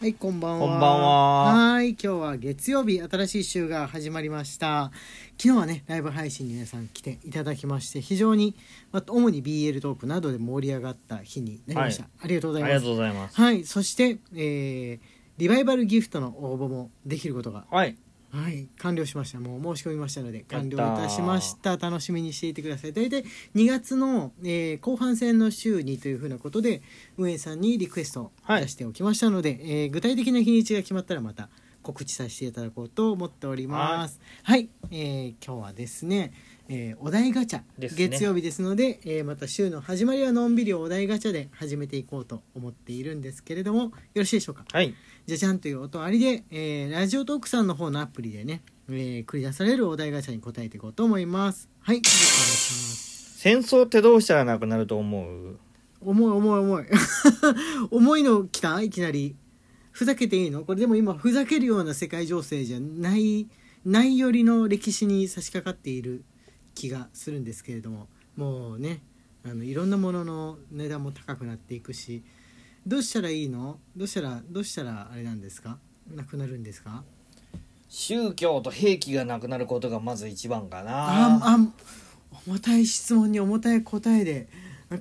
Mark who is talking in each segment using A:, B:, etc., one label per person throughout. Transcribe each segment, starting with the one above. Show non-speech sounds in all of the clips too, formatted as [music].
A: はい、こんばんは。
B: こんばんは
A: ーい、今日は月曜日、新しい週が始まりました。昨日はね、ライブ配信に皆さん来ていただきまして、非常に、まあ、主に BL トークなどで盛り上がった日になりました。
B: はい
A: ありがとうござい
B: あ
A: ま
B: り
A: す。
B: がとうございます。
A: はい、そして、えーリバイバルギフトの応募もできることが、
B: はい。
A: はい、完了しました。もう申し込みましたので、
B: たー
A: 完了いたしました。楽しみにしていてください。大体2月の、えー後半戦の週にというふうなことで、運営さんにリクエストを
B: はい
A: 出しておきましたので、えー具体的な日にちが決まったらまた告知させていただこうと思っております。はい、えー今日はですね、えーお題ガチャ、
B: ですね
A: 月曜日ですので、えーまた週の始まりはのんびりお題ガチャで始めていこうと思っているんですけれども、よろしいでしょうか。
B: はい。
A: じゃじゃんという音ありで、えーラジオトークさんの方のアプリでね、えー繰り出されるお題ガチャに答えていこうと思いますはいお願いします
B: 戦争ってどうしたらなくなると思う
A: 重い重い重い [laughs] 重いの来たいきなりふざけていいのこれでも今ふざけるような世界情勢じゃないないよりの歴史に差し掛かっている気がするんですけれどももうねあのいろんなものの値段も高くなっていくしどうしたらいいのどうしたらどうしたらあれなんですかなくなるんですか
B: 宗教と兵器がなくなることがまず一番か
A: あ
B: な。
A: あ重たい質問に重たい答えで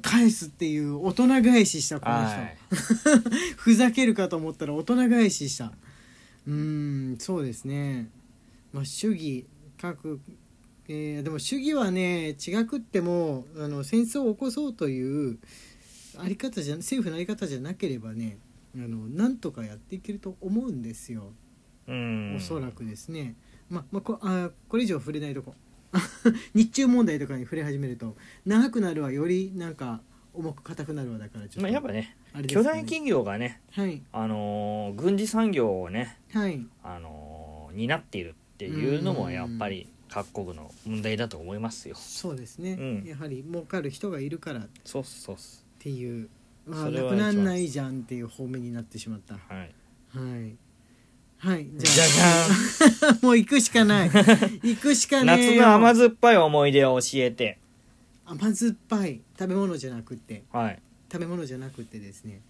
A: 返すっていう大人返ししたこの人、
B: はい。
A: ふざけるかと思ったら大人返ししたうーんそうですねまあ主義各えーでも主義はね違くってもあの戦争を起こそうというあり方じゃ政府のあり方じゃなければねあのなんとかやっていけると思うんですよ
B: うん。
A: おそらくですね、ままこあーこれ以上触れないとこ [laughs] 日中問題とかに触れ始めると長くなるはよりなんか重く硬くなるわだからちょっと、
B: まあ、やっぱね、
A: あれです
B: 巨
A: ね
B: 大企業がね、
A: はい
B: あのー軍事産業をね、
A: はい
B: あのー担っているっていうのもやっぱり各国の問題だと思いますよ。
A: そうですね、
B: うん
A: やはり儲かる人がいるからっ
B: そうっすそうっす。
A: ていう、ま
B: そ
A: あ、な
B: れは
A: くなんないじゃんっていう方面になってしまったは
B: はい。
A: いはい
B: じ
A: じ
B: ゃ
A: ゃあ
B: じゃ
A: [laughs] もう行くしかない行くしか
B: ん
A: ねえ
B: [laughs] 夏
A: よ
B: の甘酸っぱい思い出を教えて。
A: 甘酸っぱい食べ物じゃなくて
B: はい。
A: 食べ物じゃなくてですね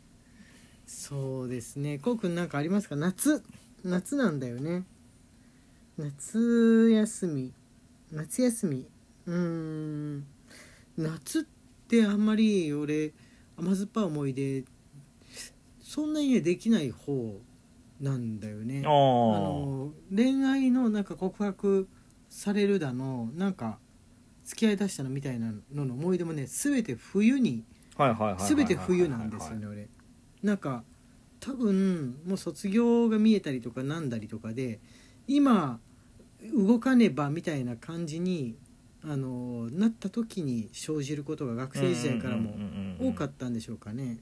A: そうですねこうくんなんかありますか夏夏なんだよね夏休み夏休みうーん夏ってあんまり俺甘酸っぱい思い出そんなにねできない方なんだよね
B: あー
A: あの恋愛のなんか告白されるだのなんか付き合いだしたのみたいなのの思い出もね全て冬に
B: はいはいはいはいはいはい。
A: 全て冬なんですよね俺なんか多分もう卒業が見えたりとかなんだりとかで今動かねばみたいな感じにあのなった時に生じることが学生時代からも多か
B: っ
A: ったんでしょうかね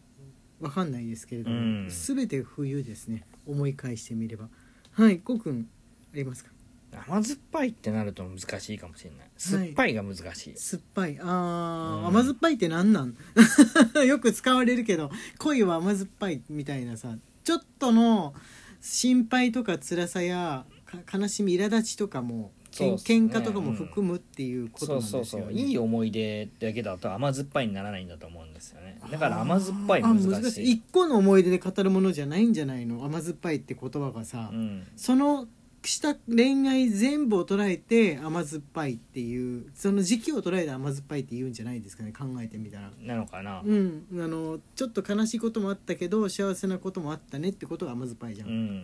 A: わかんないですけれど
B: う
A: も
B: ん
A: 全て冬ですね思い返してみればはいこうくんありますか
B: た甘酸っぱいってなると難しいかもしれない酸っぱいが難しい、
A: 酸っぱいあー、
B: うん
A: 甘酸っぱいってなんなん [laughs] よく使われるけど恋は甘酸っぱいみたいなさちょっとの心配とか辛さやか悲しみ苛立ちとかも、けん
B: そうっすね
A: 喧嘩とかも含むっていうこと
B: そ
A: なん
B: う
A: です
B: そ
A: よ、ね、
B: うそういい思い出だけだと甘酸っぱいにならないんだと思うんですよねだから甘酸っぱい
A: あ
B: 難しい
A: ー難しい一個の思い出で語るものじゃないんじゃないの甘酸っぱいって言葉がさ、
B: うん、
A: そのした恋愛全部を捉えて甘酸っぱいっていうその時期を捉えて甘酸っぱいって言うんじゃないですかね考えてみたら
B: なのかな
A: うん、あのちょっと悲しいこともあったけど幸せなこともあったねってことが甘酸っぱいじゃ、
B: うんん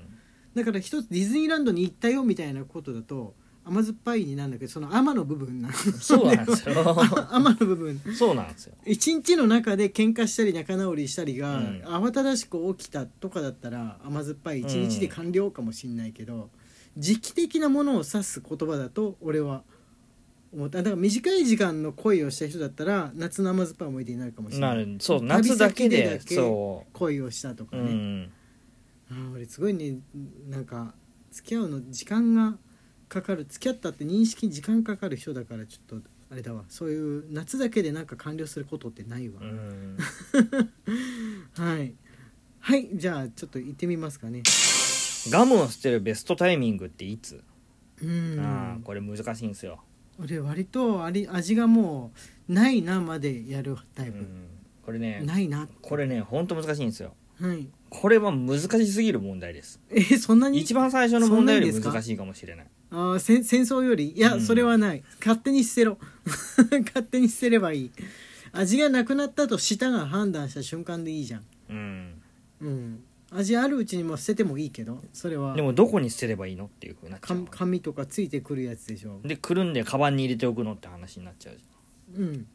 A: だから一つディズニーランドに行ったよみたいなことだと甘酸っぱいになるんだけどその甘の部
B: [laughs]
A: 分な
B: そうなんですよ
A: 甘の部分
B: そうなんですよ
A: 一日の中で喧嘩したり仲直りしたりが、
B: うん
A: 慌ただしく起きたとかだったら甘酸っぱい一日で完了かもしんないけど、時期的なものを指す言葉だと俺は思っただから短い時間の恋をした人だったら夏の甘酸っぱい思い出になるかもしれな
B: ないるそう
A: 旅
B: 夏だけ
A: 先で
B: で
A: だけ
B: そ
A: 恋をしたとか
B: う、
A: ね、
B: うん、
A: あー俺すごいねなんか付き合うの時間がかかる付き合ったって認識に時間かかる人だからちょっとあれだわそういう夏だけでなんか完了することってないわ、
B: うん、
A: はいはいじゃあちょっと行ってみますかね
B: ガムを捨てるベストタイミングっていつ、
A: う
B: ああ
A: ん
B: これ難しいんですよ、
A: 俺割とあり味がもうないなまでやるタ
B: う
A: イプ、
B: ん、これね
A: ないな
B: これねほんと難しいんですよ
A: はい
B: これは難しすぎる問題です
A: えそんなに
B: 一番最初の問題より難しいかもしれない
A: あー戦戦争よりいや、
B: うん
A: それはない勝手に捨てろ [laughs] 勝手に捨てればいい味がなくなったと舌が判断した瞬間でいいじゃん
B: うん
A: うん味あるうちにもう捨ててもいいけどそれは
B: でもどこに捨てればいいのっていうふうになっちゃ
A: か
B: う
A: 紙とかついてくるやつでしょ
B: でくるんでカバンに入れておくのって話になっちゃうじゃん
A: うん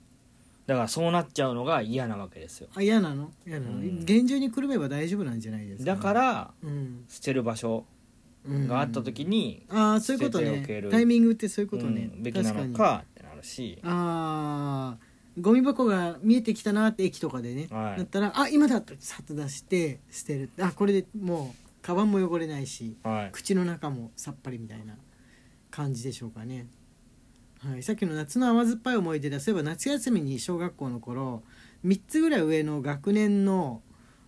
B: だからそうなっちゃうのが嫌なわけですよ
A: あ嫌なの嫌なの、
B: うん
A: 厳重にくるめば大丈夫なんじゃないです
B: だ
A: か
B: から
A: うん、
B: 捨てる場所
A: うん、
B: があった時に、
A: ああそういうこと
B: 捨てておけ
A: ね
B: る
A: タイミングってそういうことね、
B: うんべきなの
A: 確に
B: かってなるし
A: あーゴミ箱が見えてきたなって駅とかでね、
B: はい
A: だったら「あ今だ!」ってさっと出して捨てるあこれでもうカバンも汚れないし
B: はい
A: 口の中もさっぱりみたいな感じでしょうかね、はい、さっきの夏の甘酸っぱい思い出だそういえば夏休みに小学校の頃3つぐらい上の学年の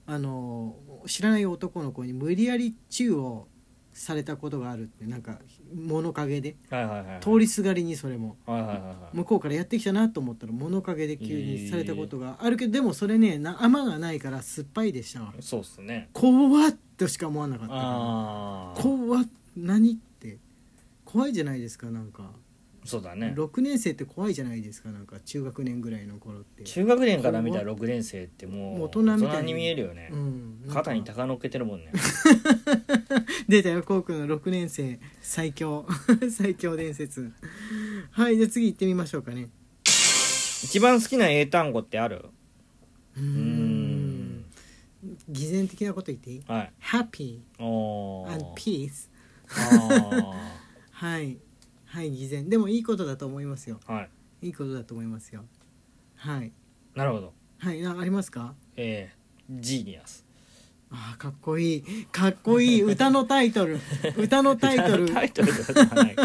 A: あの知らない男の子に無理やりチューをされたことがあるってなんか物陰で
B: はいはいはい
A: 通りすがりにそれも。
B: はいはいはいはい
A: 向こうからやってきたなと思ったら物陰で急にされたことがあるけど、でもそれねな甘がないから酸っぱいでしたわ
B: そうっすね
A: 怖っとしか思わなかったか
B: あ
A: ら
B: あ
A: 怖っ何って怖いじゃないですかなんか、
B: そうだね
A: 六6年生って怖いじゃないですかなんか中学年ぐらいの頃って、
B: 中学年から見た6年生ってもう
A: 大
B: 大
A: 人みたいに
B: 人に見えるよね
A: うん、なんか
B: 肩に高乗っけてるもんね
A: 出たよこうくんの6年生最強 [laughs] 最強伝説はいじゃあ次行ってみましょうかね
B: 一番好きな英単語ってある
A: う
B: うー
A: ん
B: ん
A: 偽善的なこと言っていい
B: はい
A: ハッピ
B: お
A: ー
B: ー
A: and peace
B: あ
A: はいはい偽善でもいいことだと思いますよ
B: ーはい
A: いいことだと思いますよはい
B: なるほど
A: はいなありますか
B: えー、ジーニアス
A: あーかっこいいかっ
B: [laughs]
A: こいい歌のタイトル歌のタイトル
B: タイトルとかじゃない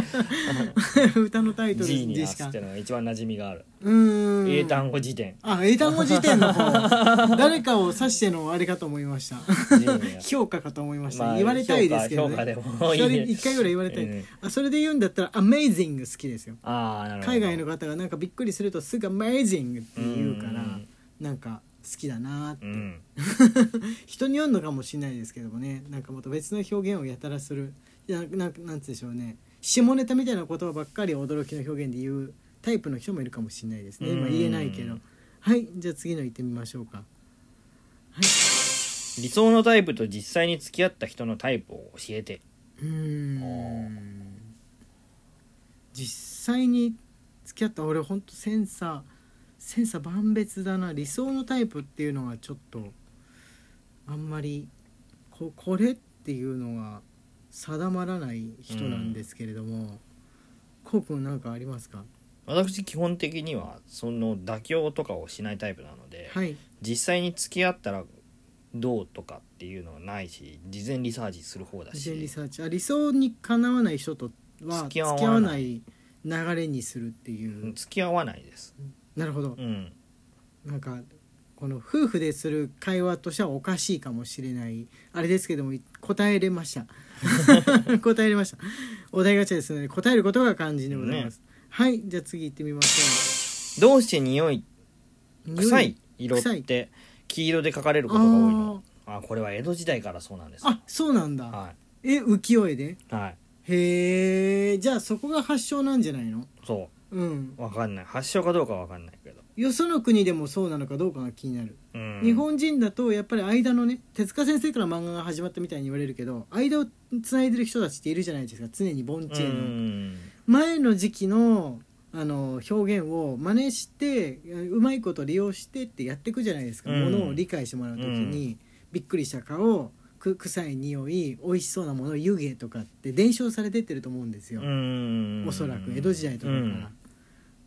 A: 歌のタイトル
B: ジーニ
A: で
B: ア
A: し
B: ス
A: か
B: っていうのが一番馴染みがある
A: うーん
B: 英単語辞典
A: あ英単語辞典の方誰かを指してのあれかと思いました
B: ジーニアス
A: 評価かと思いました、
B: まあ
A: 言われたいですけど
B: 評
A: ね
B: 価評価でもいいね
A: 一人一回ぐらい言われたい、
B: いいね
A: あそれで言うんだったら「Amazing」好きですよ
B: ああなるほど
A: 海外の方がなんかびっくりするとすぐ「Amazing」って言うから
B: うん
A: なんか好きだなーって、
B: うん
A: 人によるのかもしれないですけどもねなんかもっと別の表現をやたらするいやなんかなんつうでしょうね下ネタみたいな言葉ばっかり驚きの表現で言うタイプの人もいるかもしれないですね今
B: うん
A: 言えないけどはいじゃあ次の行ってみましょうか
B: 理想のタイプと実際に付き合った人のタイプを教えて
A: うー
B: お
A: ん実際に付き合った俺ほんとセンサーセンサー万別だな理想のタイプっていうのがちょっとあんまりここれっていうのが定まらない人なんですけれども、こうくんなんかありますか
B: 私基本的にはその妥協とかをしないタイプなので、
A: はい
B: 実際に付き合ったらどうとかっていうのはないし事前リサーチする方だ
A: 事前リ
B: し
A: サーチあ理想にかなわない人とは付
B: 付
A: き
B: き合
A: 合
B: わない
A: わない流れにするっていう、
B: うん付き合わないです
A: なるほど、
B: うん
A: なんかこの夫婦でする会話としてはおかしいかもしれないあれですけども答えれました
B: [laughs]
A: 答えれましたお題ガチャですので答えることが肝心でございます、はいじゃあ次行ってみまし
B: どうして匂い
A: ょう
B: 臭
A: 匂
B: い色っ
A: 臭い
B: て黄色で書かれることが多いのあこれは江戸時代からそうなんです
A: あそうなんだ、
B: は
A: え浮世絵で
B: いはい
A: へえじゃあそこが発祥なんじゃないの
B: そ
A: うん
B: うわかんない発祥かどうかわかんないけど、
A: よその国でもそうなのかどうかが気になる、
B: うん、
A: 日本人だとやっぱり間のね手塚先生から漫画が始まったみたいに言われるけど間をつないでる人たちっているじゃないですか常に盆地への。
B: うん
A: 前の時期のあの表現を真似してうまいこと利用してってやっていくじゃないですか、
B: うん
A: ものを理解してもらう時に、びっくりした顔く臭い匂い美味しそうなもの湯気とかって伝承されてってると思うんですよ、
B: うん
A: おそらく江戸時代とかか
B: う
A: ら。
B: ん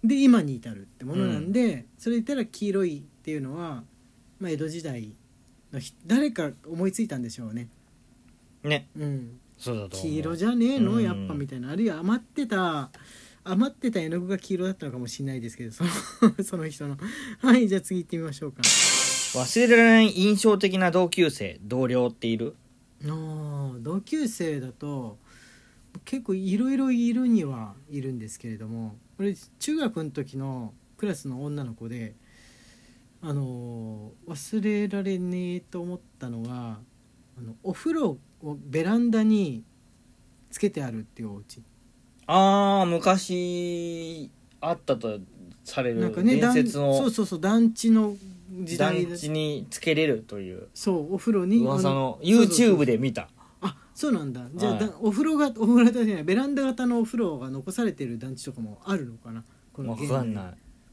A: で今に至るってものなんで、それ言ったら黄色いっていうのは、まあ、江戸時代のひ誰か思いついたんでしょうね。
B: ね
A: うん
B: そうだと思う
A: 黄色じゃねえの、
B: うん
A: やっぱみたいなあるいは余ってた余ってた絵の具が黄色だったのかもしれないですけどその [laughs] その人のはいじゃあ次行ってみましょうか
B: 忘れられない印象的な同級生同僚っている
A: あー同級生だと結構いろいろいるにはいるんですけれども俺中学の時のクラスの女の子であのー忘れられねえと思ったのはあのお風呂をベランダにつけてあるっていうお家
B: ああ昔あったとされ
A: なん
B: る
A: かね
B: 伝
A: 団
B: 説
A: そ
B: の
A: うそうそう団地の時代
B: 団
A: だ
B: 地につけれるという
A: そうお風呂に
B: 噂
A: あ
B: の
A: そうそうそう
B: YouTube で見た
A: あそうなんだじゃあ、
B: はい
A: だお風呂がお風呂型じゃないベランダ型のお風呂が残されてる団地とかもあるのかなこ
B: わ
A: の
B: かん
A: い
B: ない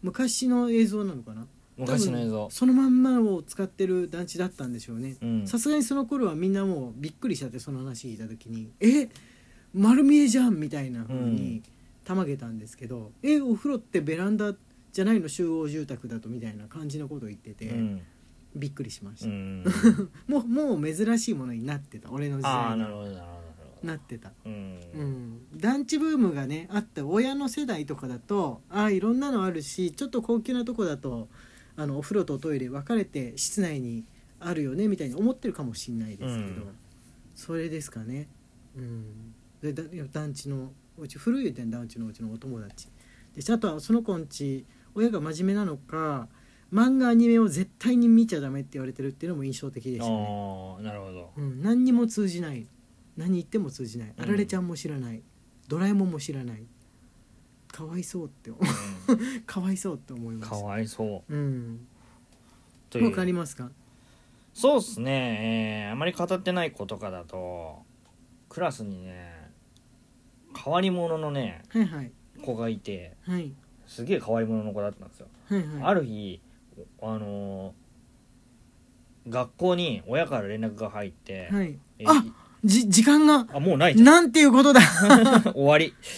A: 昔の映像なのかな
B: 昔の映
A: 多
B: 像
A: 分そのまんまを使ってる団地だったんでしょうね
B: うん
A: さすがにその頃はみんなもうびっくりしちゃってその話聞いた時に「え丸見えじゃん!」みたいな風
B: うん
A: にたまげたんですけど「えお風呂ってベランダじゃないの集合住宅だと」みたいな感じのことを言って
B: う
A: て、
B: ん
A: びっくりしま
B: う
A: した、 [laughs]
B: ん
A: もうもう珍しいものになってた俺の時
B: ああ
A: 代
B: な
A: に
B: るほどなるほど
A: なってた
B: う
A: うんん、団地ブームがねあって親の世代とかだとああいろんなのあるしちょっと高級なとこだとあのお風呂とおトイレ分かれて室内にあるよねみたいに思ってるかもしんないですけど、
B: うん
A: それですかね、うん、でだ団地のうち古い店団地のうちのお友達でしあとはその子んち親が真面目なのか漫画アニメを絶対に見ちゃダメって言われてるっていうのも印象的でしたね、
B: ああなるほど
A: うん、何にも通じない何言っても通じない
B: うん
A: あられちゃんも知らない、ドラえもんも知らないかわいそうって [laughs] 思うかわいそうって思い
B: うん
A: [laughs] まし
B: か
A: た
B: わいそう
A: うん
B: とい
A: わかり
B: う
A: ますか
B: そうっすね、えーあまり語ってない子とかだとクラスにね変わり者のね
A: はいはい
B: 子がいて
A: はい
B: すげえ変わり者の子だったんですよ、
A: はいはい
B: ある日あのー学校に親から連絡が入って、
A: はい
B: えー
A: あじ時間が
B: あもうないじゃん
A: [laughs] なんていうことだ
B: 終わり